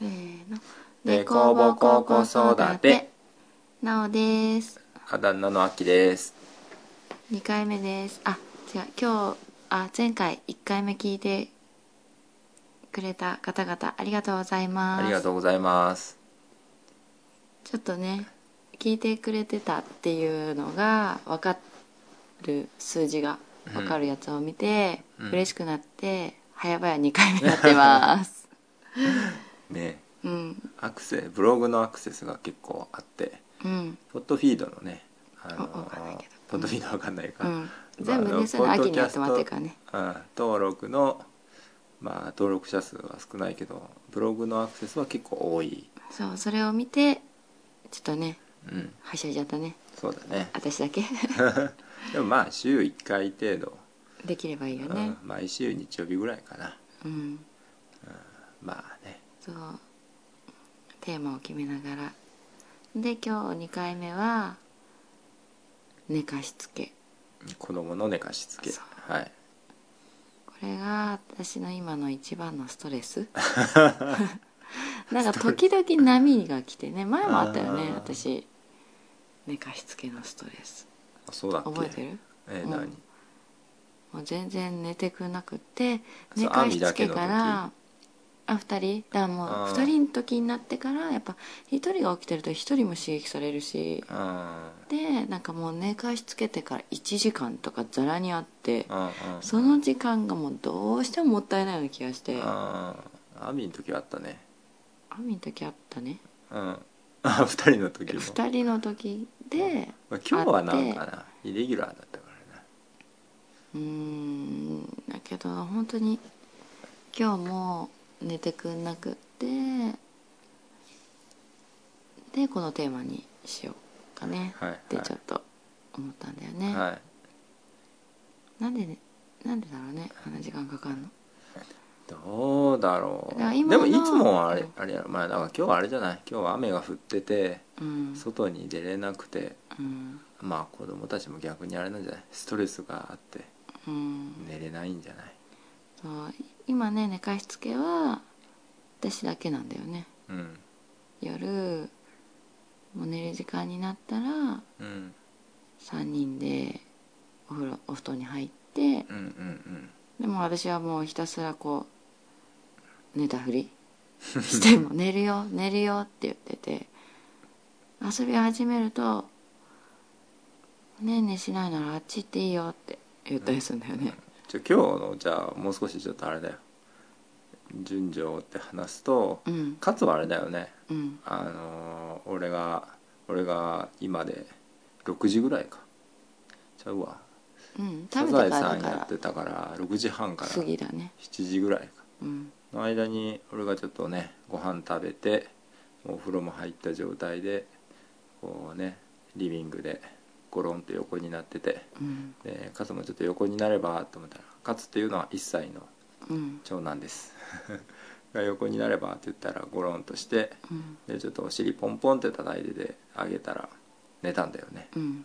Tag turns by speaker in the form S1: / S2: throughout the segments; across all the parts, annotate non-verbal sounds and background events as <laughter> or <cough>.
S1: の
S2: でこぼこ子育て
S1: なおです
S2: あ旦那のあきです
S1: 2回目ですあ違う今日あ前回1回目聞いてくれた方々ありがとうございます
S2: ありがとうございます
S1: ちょっとね聞いてくれてたっていうのが分かる数字が分かるやつを見て、
S2: うん
S1: 嬉しくなって早々2回目になってます
S2: <laughs> ね
S1: うん
S2: アクセブログのアクセスが結構あって
S1: うん
S2: ポッドフィードのねあの
S1: おわかんないけど
S2: ポッドフィードわかんないか、
S1: う
S2: ら
S1: ん全部
S2: まああの
S1: ねそういうの秋にやってもらってる
S2: ポ
S1: か
S2: ッ
S1: らね
S2: あ登録のまあ登録者数は少ないけどブログのアクセスは結構多い
S1: そうそれを見てちょっとね
S2: うん
S1: はしゃいじゃったね
S2: そうだね
S1: 私だけ <laughs>
S2: でもまあ週1回程度、
S1: できればいいよ
S2: う
S1: ね
S2: ん毎週日曜日ぐらいかな
S1: うん
S2: まあね
S1: そうテーマを決めながらで今日2回目は寝かしつけ
S2: 子供の寝かしつけ
S1: そう
S2: はい
S1: これが私の今の一番のストレス <laughs> なんか時々波が来てね前もあったよね
S2: あー
S1: 私寝かしつけのストレス
S2: あそうだっけ
S1: 覚えてる
S2: えー
S1: うん
S2: 何
S1: もう全然寝てくれなくって
S2: そう
S1: 寝かしつけからあ二人だからもう
S2: あー
S1: 2人の時になってからやっぱ1人が起きてると1人も刺激されるし
S2: あ
S1: でなんかもう寝かしつけてから1時間とかざらにあって
S2: ああ
S1: その時間がもうどうしてももったいないような気がして
S2: ああアミの時はあったね
S1: 雨の時あったね
S2: うんあ <laughs> 二人の時も、
S1: 2人の時で
S2: まあ、今日はなんかなイレギュラーだったからな
S1: うーんだけど本当に今日も寝てくんなくってでこのテーマにしようかね
S2: はい
S1: ってちょっと思ったんだよね、
S2: はい、はい、
S1: なんでねなんでだろうねあんな時間かかんの
S2: どうだろう
S1: だから
S2: で
S1: 今の
S2: もいつもはあれ
S1: うん
S2: あれやろまあなんか今日はあれじゃない今日は雨が降ってて
S1: うん、
S2: 外に出れなくて
S1: うん
S2: まあ子供たちも逆にあれなんじゃないストレスがあって
S1: うん、
S2: 寝れないんじゃない
S1: そう今ね寝かしつけは私だけなんだよね
S2: うん
S1: 夜もう寝る時間になったら
S2: うん
S1: 3人でお風呂お布団に入って
S2: うんうん
S1: でも私はもうひたすらこう寝たふりして
S2: <laughs>
S1: も寝るよ寝るよって言ってて遊び始めると「ねんねしないならあっち行っていいよ」って言ったりするんだよね、
S2: じゃあ今日のじゃあもう少しちょっとあれだよ順序を追って話すと
S1: うん
S2: 勝はあれだよね
S1: うん
S2: あのー俺が俺が今で6時ぐらいかちゃうわ
S1: うん
S2: サ
S1: 食
S2: ザ
S1: べ
S2: エ
S1: てか
S2: さ
S1: ら
S2: ん
S1: だか
S2: や
S1: ら
S2: ってたから6時半から7
S1: 次だね
S2: 時ぐらいか
S1: うん
S2: の間に俺がちょっとねご飯食べてお風呂も入った状態でこうねリビングでゴロンと横になってて
S1: うん
S2: でカツもちょっと横になればと思ったらカツっていうのは1歳の
S1: うん
S2: 長男です <laughs> が横になればって言ったらゴロンとして
S1: うん
S2: でちょっとお尻ポンポンって叩いててあげたら寝たんだよね
S1: うん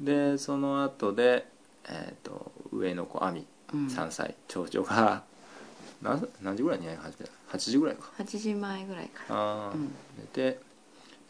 S2: でその後でえっ、と上の子アミ
S1: うん
S2: 3歳長女が <laughs> な何時ぐらいに始めた8時ぐらいか
S1: 8時前ぐらいから
S2: ああ、
S1: うん
S2: 寝て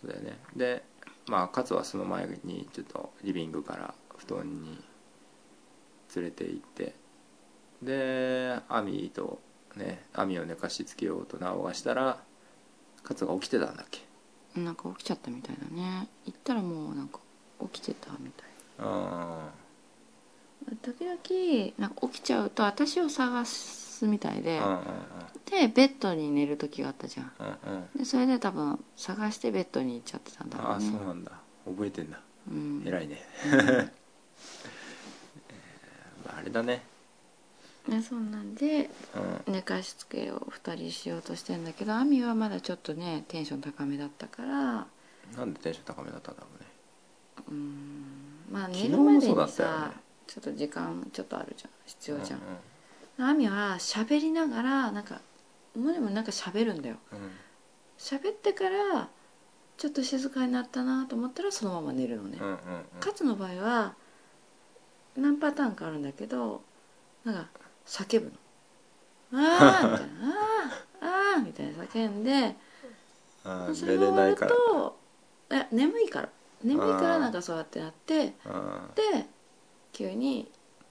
S2: そうだよねでまあ勝はその前にちょっとリビングから布団に連れて行ってでアミとねアミを寝かしつけようと直がしたら勝が起きてたんだっけ
S1: なんか起きちゃったみたいだね行ったらもうなんか起きてたみたい
S2: あ
S1: 時々なんか起きちゃうと私を探すみたい
S2: あ
S1: で
S2: うんうん
S1: でベッドに寝る時があったじゃん
S2: うんうんうん
S1: でそれで多分探してベッドに行っちゃってたんだ
S2: あ
S1: ろ
S2: あ
S1: う
S2: そ
S1: ね
S2: うなんだ覚えてんだ
S1: うん
S2: 偉いね <laughs> まああれだね
S1: でそうなんで
S2: うん
S1: 寝かしつけを2人しようとしてんだけど亜美はまだちょっとねテンション高めだったから
S2: なんでテンション高めだったんだろうね
S1: うんまあ
S2: 昨日
S1: 寝るま
S2: も
S1: で
S2: そうだ
S1: に
S2: ったよね
S1: さ、ちょっと時間ちょっとあるじゃん必要じゃん
S2: う
S1: 亜美は喋りながらなんかもでもなんか喋るんだよ
S2: んうんうん
S1: 喋ってからちょっと静かになったなと思ったらそのまま寝るのね、
S2: うんうんうん
S1: カツの場合は何パターンかあるんだけどなんか叫ぶの「ああ」みたいな「ああ」ああみたいな叫んで
S2: あ
S1: そ
S2: ー
S1: れが
S2: 寝れ
S1: 終
S2: な
S1: わ
S2: い
S1: る
S2: から
S1: といや眠いから眠いからなんかそうやってなって
S2: あ
S1: で急に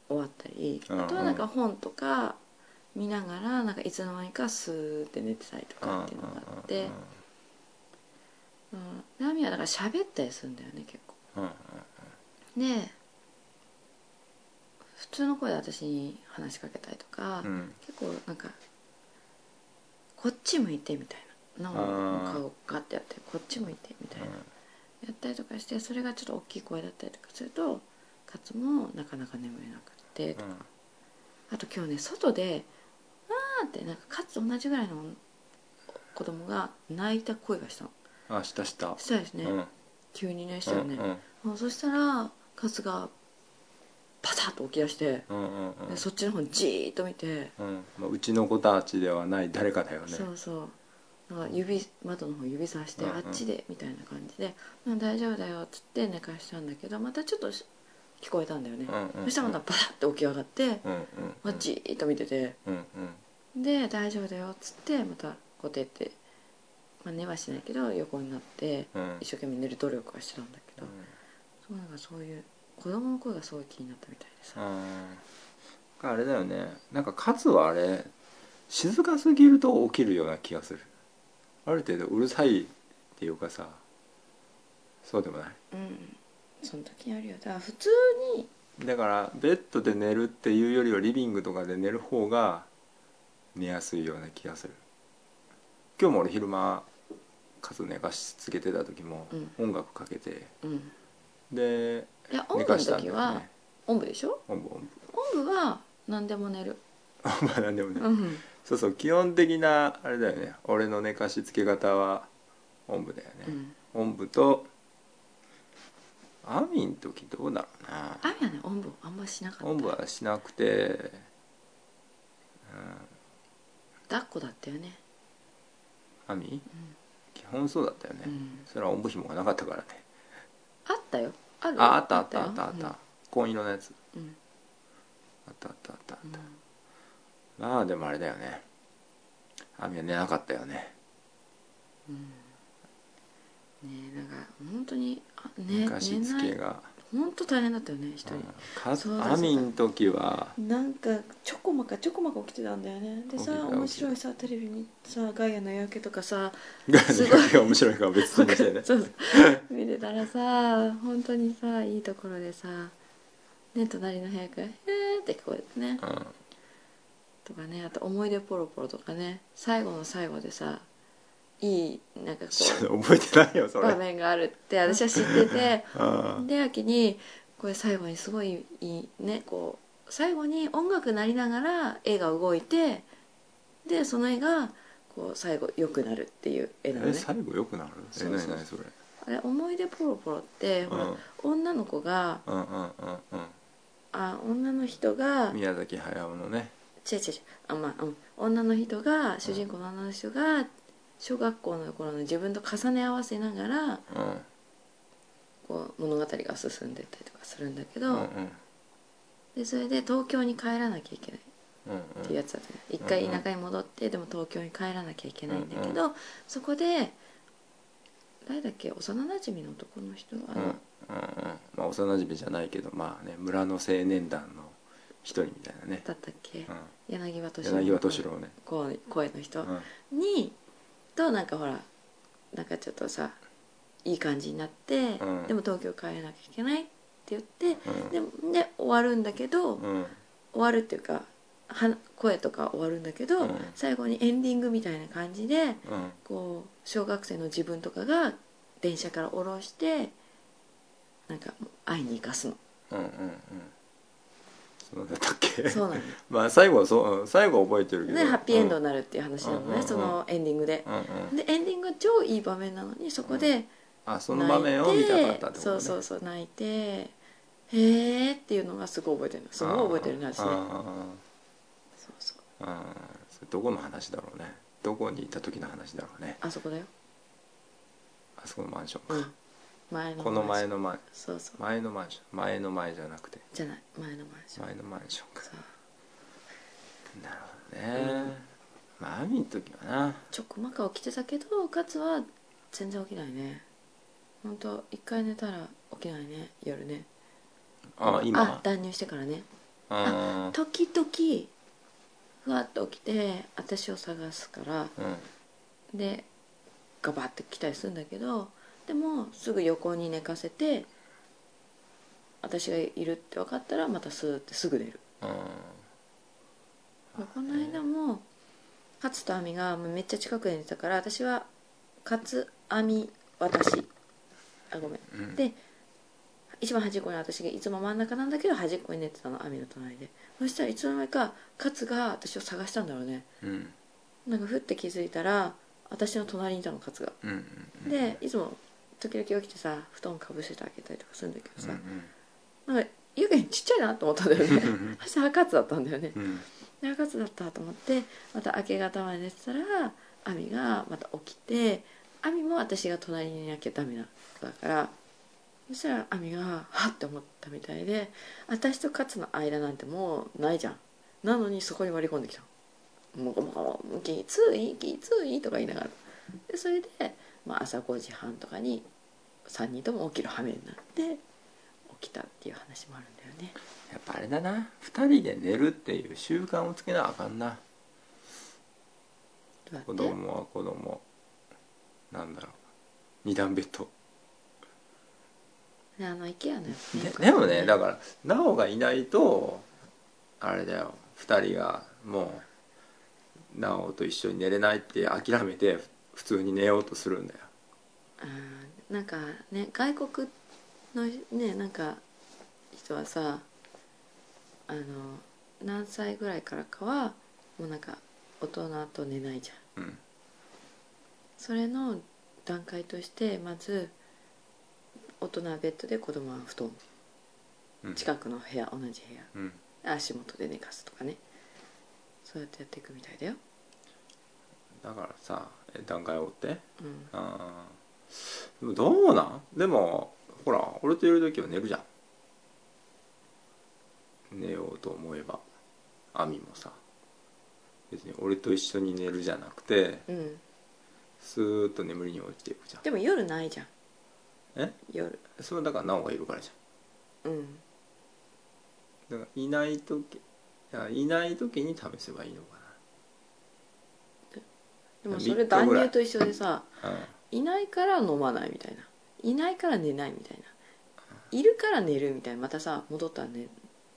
S1: 終わったり
S2: うんうん
S1: あとはなんか本とか見ながらなんかいつの間にかスーって寝てたりとかっていうのがあって、うん、で亜美はだから喋ったりするんだよね結構
S2: うんうん
S1: で普通の声で私に話しかけたりとか、
S2: うんうん
S1: 結構なんかこっち向いてみたいな
S2: あー
S1: の顔をガッてやってこっち向いてみたいなやったりとかしてそれがちょっと大きい声だったりとかするとカツもなかなか眠れなくって
S2: うんうん
S1: あと今日ね外で「あー」ってなんかカツと同じぐらいの子供が泣いた声がしたの
S2: あしたした
S1: したですね、
S2: うん
S1: 急にねしたよね、
S2: うんうん
S1: あそしたらカツがパサッと起き出して、
S2: うんうんうん
S1: でそっちの方にじーっと見て、
S2: うんまあうちの子たちではない誰かだよね
S1: そうそうなんか指窓の方指さして、
S2: うんうん
S1: あっちでみたいな感じで「うん、大丈夫だよ」っつって寝かしたんだけどまたちょっとし聞こえたんだよね、
S2: うんうん
S1: そしたらまたバラッて起き上がって、
S2: うんうんうん
S1: まあ、じーっと見てて
S2: うんうん
S1: で「大丈夫だよ」っつってまたこてって、まあ、寝はしないけど横になって
S2: うん
S1: 一生懸命寝る努力はしてたんだけど、そうなんかそういう子供の声がすごい気になったみたいでさ、
S2: うんあれだよねなんかカツはあれ静かすぎると起きるような気がするある程度うるさいっていうかさそうでもない
S1: うんその時あるよだから普通に
S2: だからベッドで寝るっていうよりはリビングとかで寝る方が寝やすいような気がする今日も俺昼間カツ寝かしつけてた時も
S1: うん
S2: 音楽かけて
S1: うん
S2: で
S1: いや
S2: 寝
S1: 音部
S2: か
S1: の
S2: したんだ
S1: 時
S2: よ
S1: は
S2: ね
S1: おんぶでしょ
S2: おんぶおんぶ
S1: おんぶは何でも寝る
S2: まあ何でもね
S1: うん
S2: そうそう基本的なあれだよね俺の寝かしつけ方はおんぶだよね、
S1: うん
S2: おんぶとアミん時どうだろうな
S1: あみはねおんぶをあんましなか
S2: おん
S1: っ
S2: ぶはしなくて、
S1: た抱っこだったよね
S2: うん、アミ
S1: うん
S2: 基本そうだったよね、
S1: うん
S2: それはおんぶ紐がなかったからね
S1: あったよある
S2: ああったあったあ
S1: よ
S2: ったあった、紺色のやつ
S1: うんうん
S2: あったあったあったあっ
S1: うん
S2: た、まあでもあれだよねアミは寝なかったよね
S1: ねえなんか本当にあね
S2: 寝かしつけ
S1: 寝ない
S2: が、
S1: 本当大変だったよね一人
S2: うんか
S1: そうだそうだ
S2: アミん時は
S1: なんかちょこまかちょこまか起きてたんだよねで
S2: 起きて
S1: さ
S2: た
S1: 面白いさテレビにさガイアの夜明けとかさ
S2: ガーが面白いから別
S1: <laughs>
S2: にしてね
S1: そうそう見てたらさ本当にさいいところでさね隣の部屋から「えー」って聞こえてね
S2: うん
S1: とかねあと「思い出ポロポロ」とかね最後の最後でさいいなんかこ
S2: <laughs> ちょっ
S1: う
S2: と覚えてないよそれ
S1: 場面があるって私は知ってて
S2: うん
S1: で秋にこれ最後にすごいいいねこう最後に音楽鳴りながら絵が動いてでその絵がこう最後良くなるっていう絵なの
S2: え
S1: ね
S2: 最後よくなるえ
S1: そうそう
S2: 何何それ
S1: あれ思い出ポロポロって
S2: う
S1: ほ
S2: んう
S1: ら、
S2: ん
S1: 女の子が
S2: うんうんう
S1: あ女の人が
S2: ん宮崎駿のね
S1: 違う違う違うあまあ、うん、女の人が主人公の女の人が小学校の頃の自分と重ね合わせながら
S2: うん
S1: こう物語が進んでったりとかするんだけ
S2: う
S1: ど、
S2: んうん
S1: でそれで東京に帰らなきゃいけない
S2: うん
S1: っていううんやつだったね一回田舎に戻ってでも東京に帰らなきゃいけないんだけど、そこで誰だっけ幼なじみの男の人あ
S2: う
S1: の、
S2: んうんうんまあ幼馴染じゃないけどまあね村の青年団の一人みたいなね
S1: だったっけ、
S2: うん
S1: 柳葉敏郎
S2: 柳葉敏郎ね
S1: 声声の人、
S2: うん
S1: にとなんかほらなんかちょっとさいい感じになって、
S2: うん
S1: でも東京帰らなきゃいけないって言って
S2: うん
S1: でで終わるんだけど、
S2: うん
S1: 終わるっていうかは声とか終わるんだけど、
S2: うん
S1: 最後にエンディングみたいな感じで
S2: うん
S1: こう小学生の自分とかが電車から降ろしてなんか会いに行か
S2: <laughs>
S1: すの
S2: うんうんうんそうだったっけ
S1: そうな
S2: まあ最後はそううん最後は覚えてるけ
S1: の
S2: ど
S1: でハッピーエンド
S2: うん
S1: になるっていう話なの
S2: うんうん
S1: ね、
S2: うん
S1: そのエンディングで。
S2: うんうん
S1: でエンディングは超いい場面なのにそこで、
S2: あその場面を見たかったってことね
S1: そうそうそう泣いて「へーっていうのがすごい覚えてるのすごい覚えてるな私ね
S2: あー
S1: そうそう
S2: あーあーそれどこの話だろうねどこにいた時の話だろうね
S1: あそこだよ
S2: あそこのマンションか、
S1: うん前の
S2: この前
S1: の
S2: の前
S1: そうそう
S2: 前のマンション前の前じゃなくて
S1: じゃない前のマンション
S2: 前のマンションか
S1: さあ
S2: なるほどね、まあアミの時はな
S1: ちょこまか起きてたけどかつは全然起きないねほんと一回寝たら起きないね夜ね
S2: あ
S1: あ
S2: 今
S1: 断乳してからね
S2: あ
S1: 時々ふわっと起きて私を探すから
S2: うん
S1: でガバッて来たりするんだけどでもすぐ横に寝かせて私がいるって分かったらまたスーってすぐ寝る
S2: うん
S1: この間もカツとアミがめっちゃ近くで寝てたから私はカツアミ私あごめん
S2: うん
S1: で一番端っこに私がいつも真ん中なんだけど端っこに寝てたのアミの隣でそしたらいつの間にかカツが私を探したんだろうね
S2: うん
S1: なんかふって気づいたら私の隣にいたのカツが
S2: うんうんうん
S1: でいつも時々起きてさ布団かぶせてあげたりとかするんだけど
S2: うん
S1: さ、なんか湯気ちっちゃいなと思ったんだよね
S2: <laughs>
S1: 私赤ツだったんだよね
S2: うんうん
S1: で赤ツだったと思ってまた明け方まで寝てたら亜美がまた起きて亜美も私が隣にいなきゃダメな子だからそしたら亜美がはっって思ったみたいで私とカツの間なんてもうないじゃんなのにそこに割り込んできたのもうもうもうきついきついとか言いながらでそれで、まあ、朝5時半とかに3人とも起きる羽目になって起きたっていう話もあるんだよね
S2: やっぱあれだな2人で寝るっていう習慣をつけなあかんな
S1: どうや
S2: 子
S1: って
S2: 供は子供なんだろう二段ベッド
S1: であの IKEA のやつ
S2: ででもねだ
S1: か
S2: から奈緒がいないとあれだよ2人がもう奈緒と一緒に寝れないって諦めて普通に寝ようとするんだよ
S1: あーなんかね外国のねなんか人はさあの何歳ぐらいからかはもうなんか大人と寝ないじゃん
S2: うん
S1: それの段階としてまず大人はベッドで子供は布団
S2: うん
S1: 近くの部屋同じ部
S2: うん
S1: 屋足元で寝かすとかねそうやってやっていくみたいだよ、
S2: だからさえ段階を追って
S1: うん、
S2: あーでもどうなんでもほら俺といる時は寝るじゃん寝ようと思えば亜美もさ別に俺と一緒に寝るじゃなくて
S1: うん、
S2: スーッと眠りに落ちていくじゃん
S1: でも夜ないじゃん
S2: え
S1: 夜
S2: それはだから奈緒がいるからじ
S1: うん
S2: ゃんだからいない時あいない時に試せばいいのか
S1: でもそれ
S2: 三日
S1: 断
S2: ぐらい
S1: 乳と一緒でさ
S2: な、うん、
S1: いないから飲まないみたいないないから寝ないみたいないるから寝るみたいなまたさ戻ったら寝る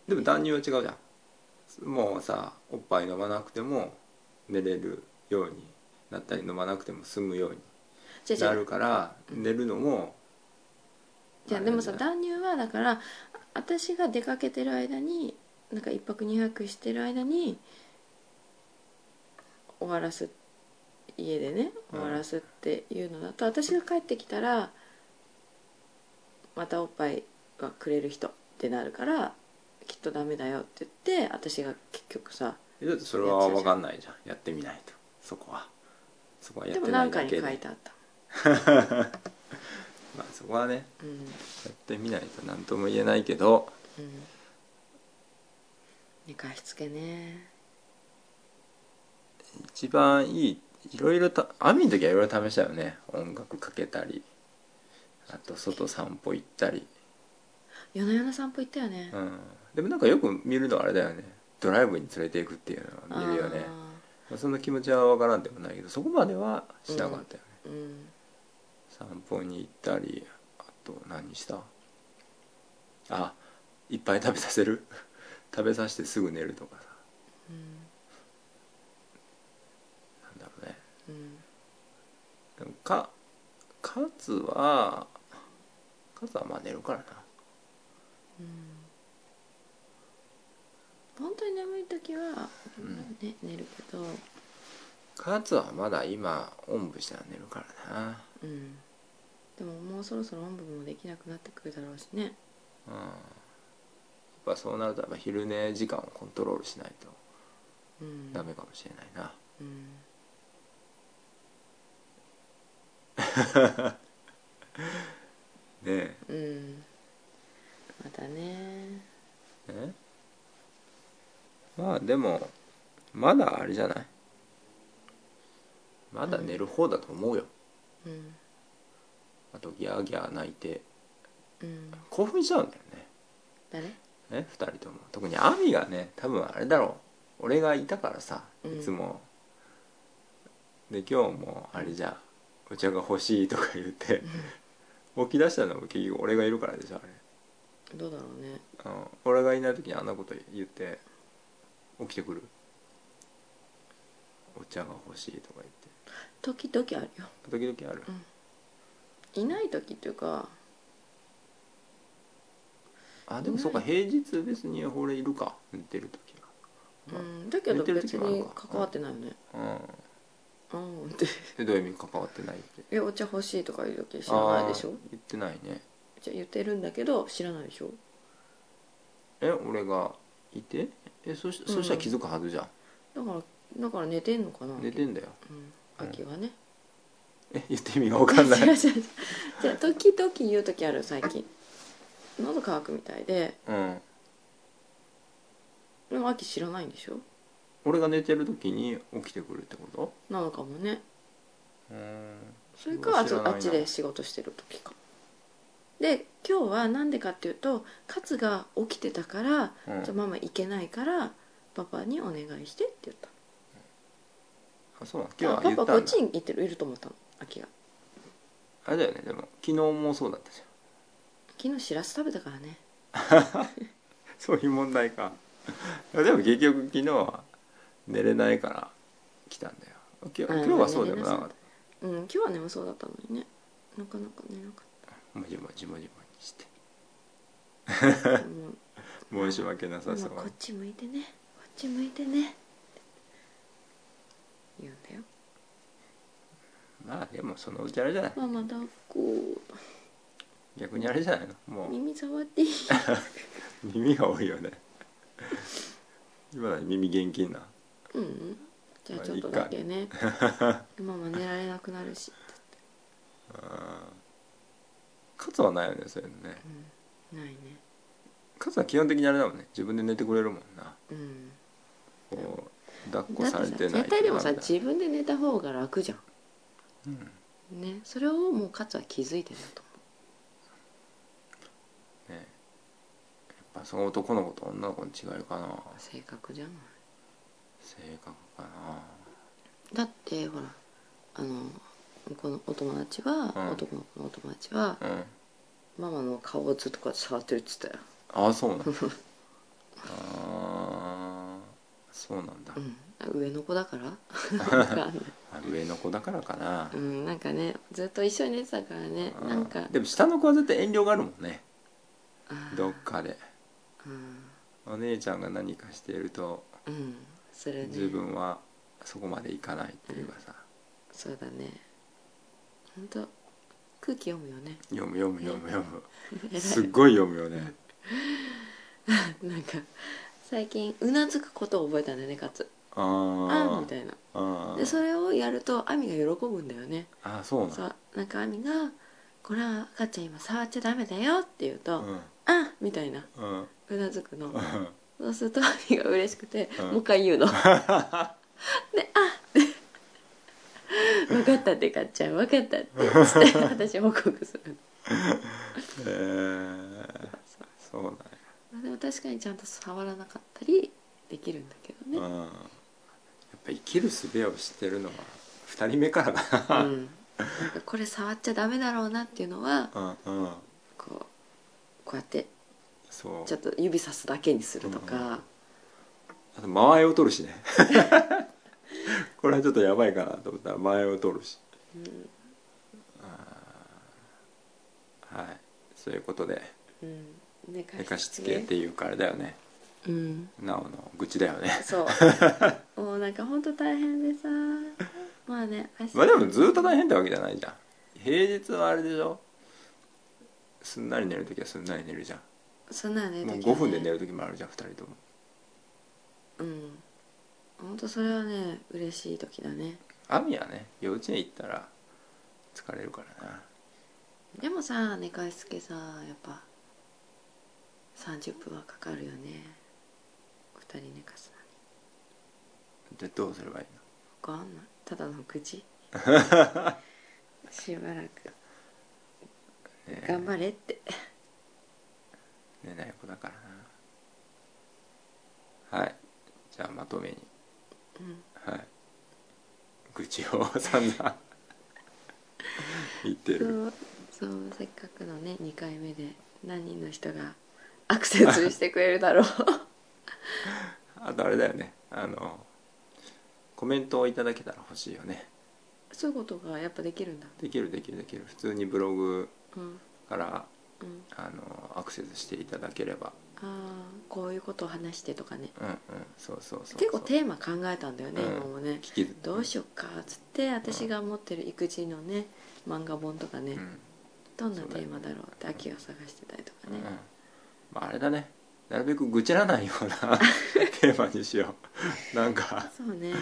S2: でも断乳は違うじゃんもうさおっぱい飲まなくても寝れるようになったり飲まなくても済むように
S1: じゃじ
S2: な
S1: ゃ
S2: るから
S1: うん
S2: 寝るのも
S1: じゃあでもさ
S2: あれだ
S1: 断乳はだからあ私が出かけてる間になんか一泊二泊してる間に終わらす家でね
S2: うん
S1: 終わらすっていうのだと、私が帰ってきたらまたおっぱいはくれる人ってなるからきっとダメだよって言って私が結局さ
S2: えだってそれは分かんないじゃんやってみないとそこはそこはやっ
S1: でも
S2: てな
S1: 何
S2: い
S1: か
S2: だ
S1: に
S2: け
S1: 書
S2: で
S1: いてあった、
S2: まあ、そこはね
S1: うん
S2: やってみないと何とも言えないけど
S1: うん寝かしつけね
S2: 一番いいいろいろたアミの時はいろいろ試したよね音楽かけたりあと外散歩行ったり、
S1: 夜な夜な散歩行ったよね
S2: うん、でもなんかよく見るのはあれだよねドライブに連れていくっていうのは見るよね
S1: あ
S2: まあその気持ちは分からんでもないけどそこまではしなかったよね、
S1: ーうん
S2: 散歩に行ったりあと何したあいっぱい食べさせる <laughs> 食べさせてすぐ寝るとかさ
S1: うん
S2: なんだろうね
S1: うん
S2: でもかカツはカツはまあ寝るからな
S1: うん本当に眠い時は、
S2: うん
S1: ね、寝るけど、
S2: カツはまだ今おんぶしたら寝るからな
S1: うん、でももうそろそろおんぶもできなくなってくるだろうしね
S2: うんやっぱそうなるとやっぱ昼寝時間をコントロールしないと
S1: うん
S2: ダメかもしれないな、
S1: うん
S2: ね
S1: うんまたね
S2: えねまあでもまだあれじゃないまだ寝る方だと思うよ、
S1: うん
S2: あとギャーギャー泣いて
S1: うん
S2: 興奮しちゃうんだよね
S1: 誰
S2: え2人とも特に亜美がね多分あれだろう俺がいたからさ
S1: うん
S2: いつも、で今日もあれじゃんお茶が欲しいとか言って <laughs> 起き出したのも結局俺がいるからでしょあれ
S1: うんどうだろうね
S2: うん、俺がいない時にあんなこと言って起きてくるお茶が欲しいとか
S1: 時々あるよ
S2: 言って時々ある、
S1: うんいない時っていうか
S2: あでもそうか平日別に俺いるか寝てる時
S1: う
S2: は、
S1: んだけど
S2: 寝てる
S1: 別
S2: 時もある
S1: に
S2: か
S1: 関わってないよね
S2: うん
S1: うん <laughs> って
S2: でどういう意味関わってないって
S1: えお茶欲しいとか言う時知らないでし
S2: あ
S1: ょ
S2: ー言ってないね
S1: じゃあ言ってるんだけど知らないでしょ
S2: え俺がいてえそし
S1: うん
S2: そしたら気づくはずじゃん、
S1: だからだから寝てんのかな
S2: 寝てんだよ
S1: うん秋はね
S2: え言って意味が分か
S1: <laughs>
S2: んない
S1: 違う違う違うじゃあ時々言う時ある最近喉乾くみたいで
S2: うん
S1: でも秋知らないんでしょ
S2: 俺が寝てる時に起きてくるってこと
S1: なのかもね
S2: うん
S1: それかあ
S2: 知ら
S1: と
S2: ない
S1: あ
S2: な
S1: っちで仕事してる時かで今日はなんでかっていうと勝が起きてたから、
S2: うん
S1: じゃあママ行けないからパパにお願いしてって言った
S2: あそうなの今日
S1: あ
S2: は言
S1: パ
S2: った
S1: パ
S2: んだ
S1: こっちに行ってるいると思ったの秋が
S2: あれだよねでも昨日もそうだったじゃん
S1: 昨日しらす食べたからね
S2: そういう問題かでも結局昨日は寝れないから来たんだよ今
S1: うん
S2: 日今日はそうでもなかっ
S1: うん今日は眠そうだったのにねなかなか寝なかった
S2: もじもじもじもじして
S1: たもう
S2: 申し訳な
S1: マ
S2: さ
S1: マ
S2: <laughs> そう
S1: こっち向いてねこっち向いてねって言うんだよ
S2: まあでもそのうちあれじゃない
S1: ママ抱っこ
S2: 逆にあれじゃないのもう
S1: 耳触っていい
S2: 耳が多いよね今の耳現金な
S1: うんうんじゃあちょっとだけねママ寝られなくなるし、
S2: あー勝はないよねそういうのね
S1: うん、ないね
S2: 勝は基本的にあれだもんね自分で寝てくれるもんな
S1: うん
S2: こう抱っこ
S1: だ
S2: さ
S1: っ
S2: れ
S1: てさ
S2: てない
S1: 絶対でもさ
S2: なんだ
S1: 自分で寝た方が楽じゃ
S2: うん
S1: んねそれをもう勝は気づいてると
S2: ねやっぱその男の子と女の子の違いかな
S1: 思う性格じゃない
S2: 性格かな
S1: だってほらあの向こうのお友達は、
S2: うん
S1: 男の子のお友達は、
S2: うん
S1: ママの顔をずっとこうやって触ってるっつったよ
S2: ああそうなんだあーそうなんだ、
S1: うん、上の子だからわかんない、
S2: あ上の子だからかな
S1: う、ん、なんかねずっと一緒に寝てたからね
S2: あー
S1: なんか
S2: でも下の子は絶対遠慮があるもんね
S1: あー
S2: どっかで
S1: うん、
S2: お姉ちゃんが何かしていると
S1: うん、それね
S2: 自分はそこまでいかないっていうかさ
S1: そうだね本当空気読むよね
S2: 読む読む読む読む
S1: 偉い
S2: すっごい読むよね
S1: <laughs> なんか最近うなずくことを覚えたんだよね勝
S2: あ
S1: あ
S2: ー
S1: あみたいな
S2: あ
S1: で
S2: ー
S1: それをやると亜美が喜ぶんだよね
S2: あーそうなん
S1: そ
S2: だ
S1: うなんか亜美が「これは赤ちゃん今触っちゃダメだよ」って言うと「
S2: うん
S1: あみたいな
S2: うん
S1: うなずくの
S2: うん
S1: そうすると亜美が嬉しくて、
S2: うん
S1: もう一回言う
S2: <laughs>
S1: ので「あで分かったってかっちゃん分かった」って言って私報告する
S2: えー、そうなんや
S1: まあでも確かにちゃんと触らなかったりできるんだけどね、
S2: うん、やっぱ生きる術を知ってるのは2人目からか
S1: うんなんかこれ触っちゃダメだろうなっていうのは
S2: なうんうん
S1: こうこうやって
S2: そう
S1: ちょっと指さすだけにするとか、
S2: あと間合いを取るしね <laughs> これはちょっとやばいかなと思ったら間合いを取るし
S1: うん
S2: はいそういうことで
S1: うん寝
S2: 寝か
S1: か
S2: し
S1: し
S2: つ
S1: つ
S2: け
S1: け
S2: っていうかあれだよね
S1: うん
S2: なおの愚痴だよね <laughs>
S1: そうもうなんかほんと大変でさまあね明日
S2: まあでもずっと大変ってわけじゃないじゃん平日はあれでしょすんなり寝るときはすんなり寝るじゃん
S1: そんなのね
S2: もう5分で寝
S1: る
S2: るときもあるじゃん2人とも
S1: うんほんとそれはね嬉しい時だね
S2: アミはね幼稚園行ったら疲れるからな
S1: でもさ寝かしつけさやっぱ30分はかかるよね2人寝かす
S2: でどうすればいい <laughs>
S1: のにわかんないただの口しばらく
S2: えー
S1: 頑張れって
S2: 寝ない子だからなはいじゃあまとめに、はい愚痴を散
S1: <laughs>
S2: 々言って
S1: そ
S2: る
S1: うそうせっかくのね2回目で何人の人がアクセスしてくれるだろう
S2: あとあれだよねあのコメントをいただけたら欲しいよね
S1: <laughs> そういうことがやっぱできるんだ
S2: できるできるできる普通にブログ
S1: うん
S2: から
S1: うん
S2: あのアクセスしていただければ
S1: ああこういうことを話してとかね
S2: うんうんそうそうそう
S1: 結構テーマ考えたんだよね、
S2: うん
S1: 今もね
S2: 聞き
S1: どうしよっかっつって私が持ってる育児のね漫画本とかね、
S2: うん
S1: どんなテーマだろうって秋を探してたりとか
S2: う
S1: ね
S2: ん、まあ、あれだねなるべく愚痴らないよう <laughs> なテーマにしようなんか
S1: そうね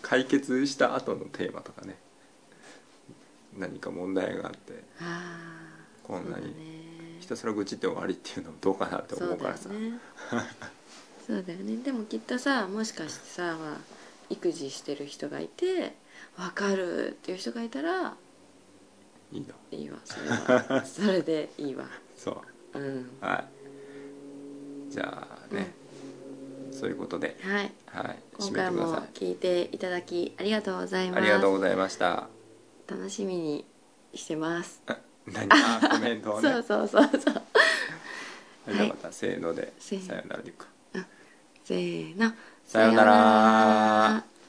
S2: 解決した後のテーマとかね何か問題があって
S1: ああ
S2: こんなに
S1: そうだね
S2: ひたすら愚痴って終わりっていうのもどうかなって思うから
S1: そ
S2: さ
S1: うだよねそうだよねでもきっとさもしかしてさ、まあ、育児してる人がいて分かるっていう人がいたら
S2: いいの
S1: いいわそれ
S2: <laughs>
S1: はそれでいいわ
S2: そ
S1: うん
S2: うはいじゃあね、そういうことで
S1: はい
S2: はい締
S1: 今回
S2: めてくだ
S1: も
S2: さい
S1: 聞いていただきありがとうござい
S2: あ
S1: ま
S2: りがとう
S1: す
S2: ございました
S1: 楽しみにしてます
S2: 何かコメントをね
S1: そうそうそうそう
S2: はいじゃあまたせーので
S1: せーの
S2: さよならでいくか
S1: せーの
S2: さよなら
S1: さよなら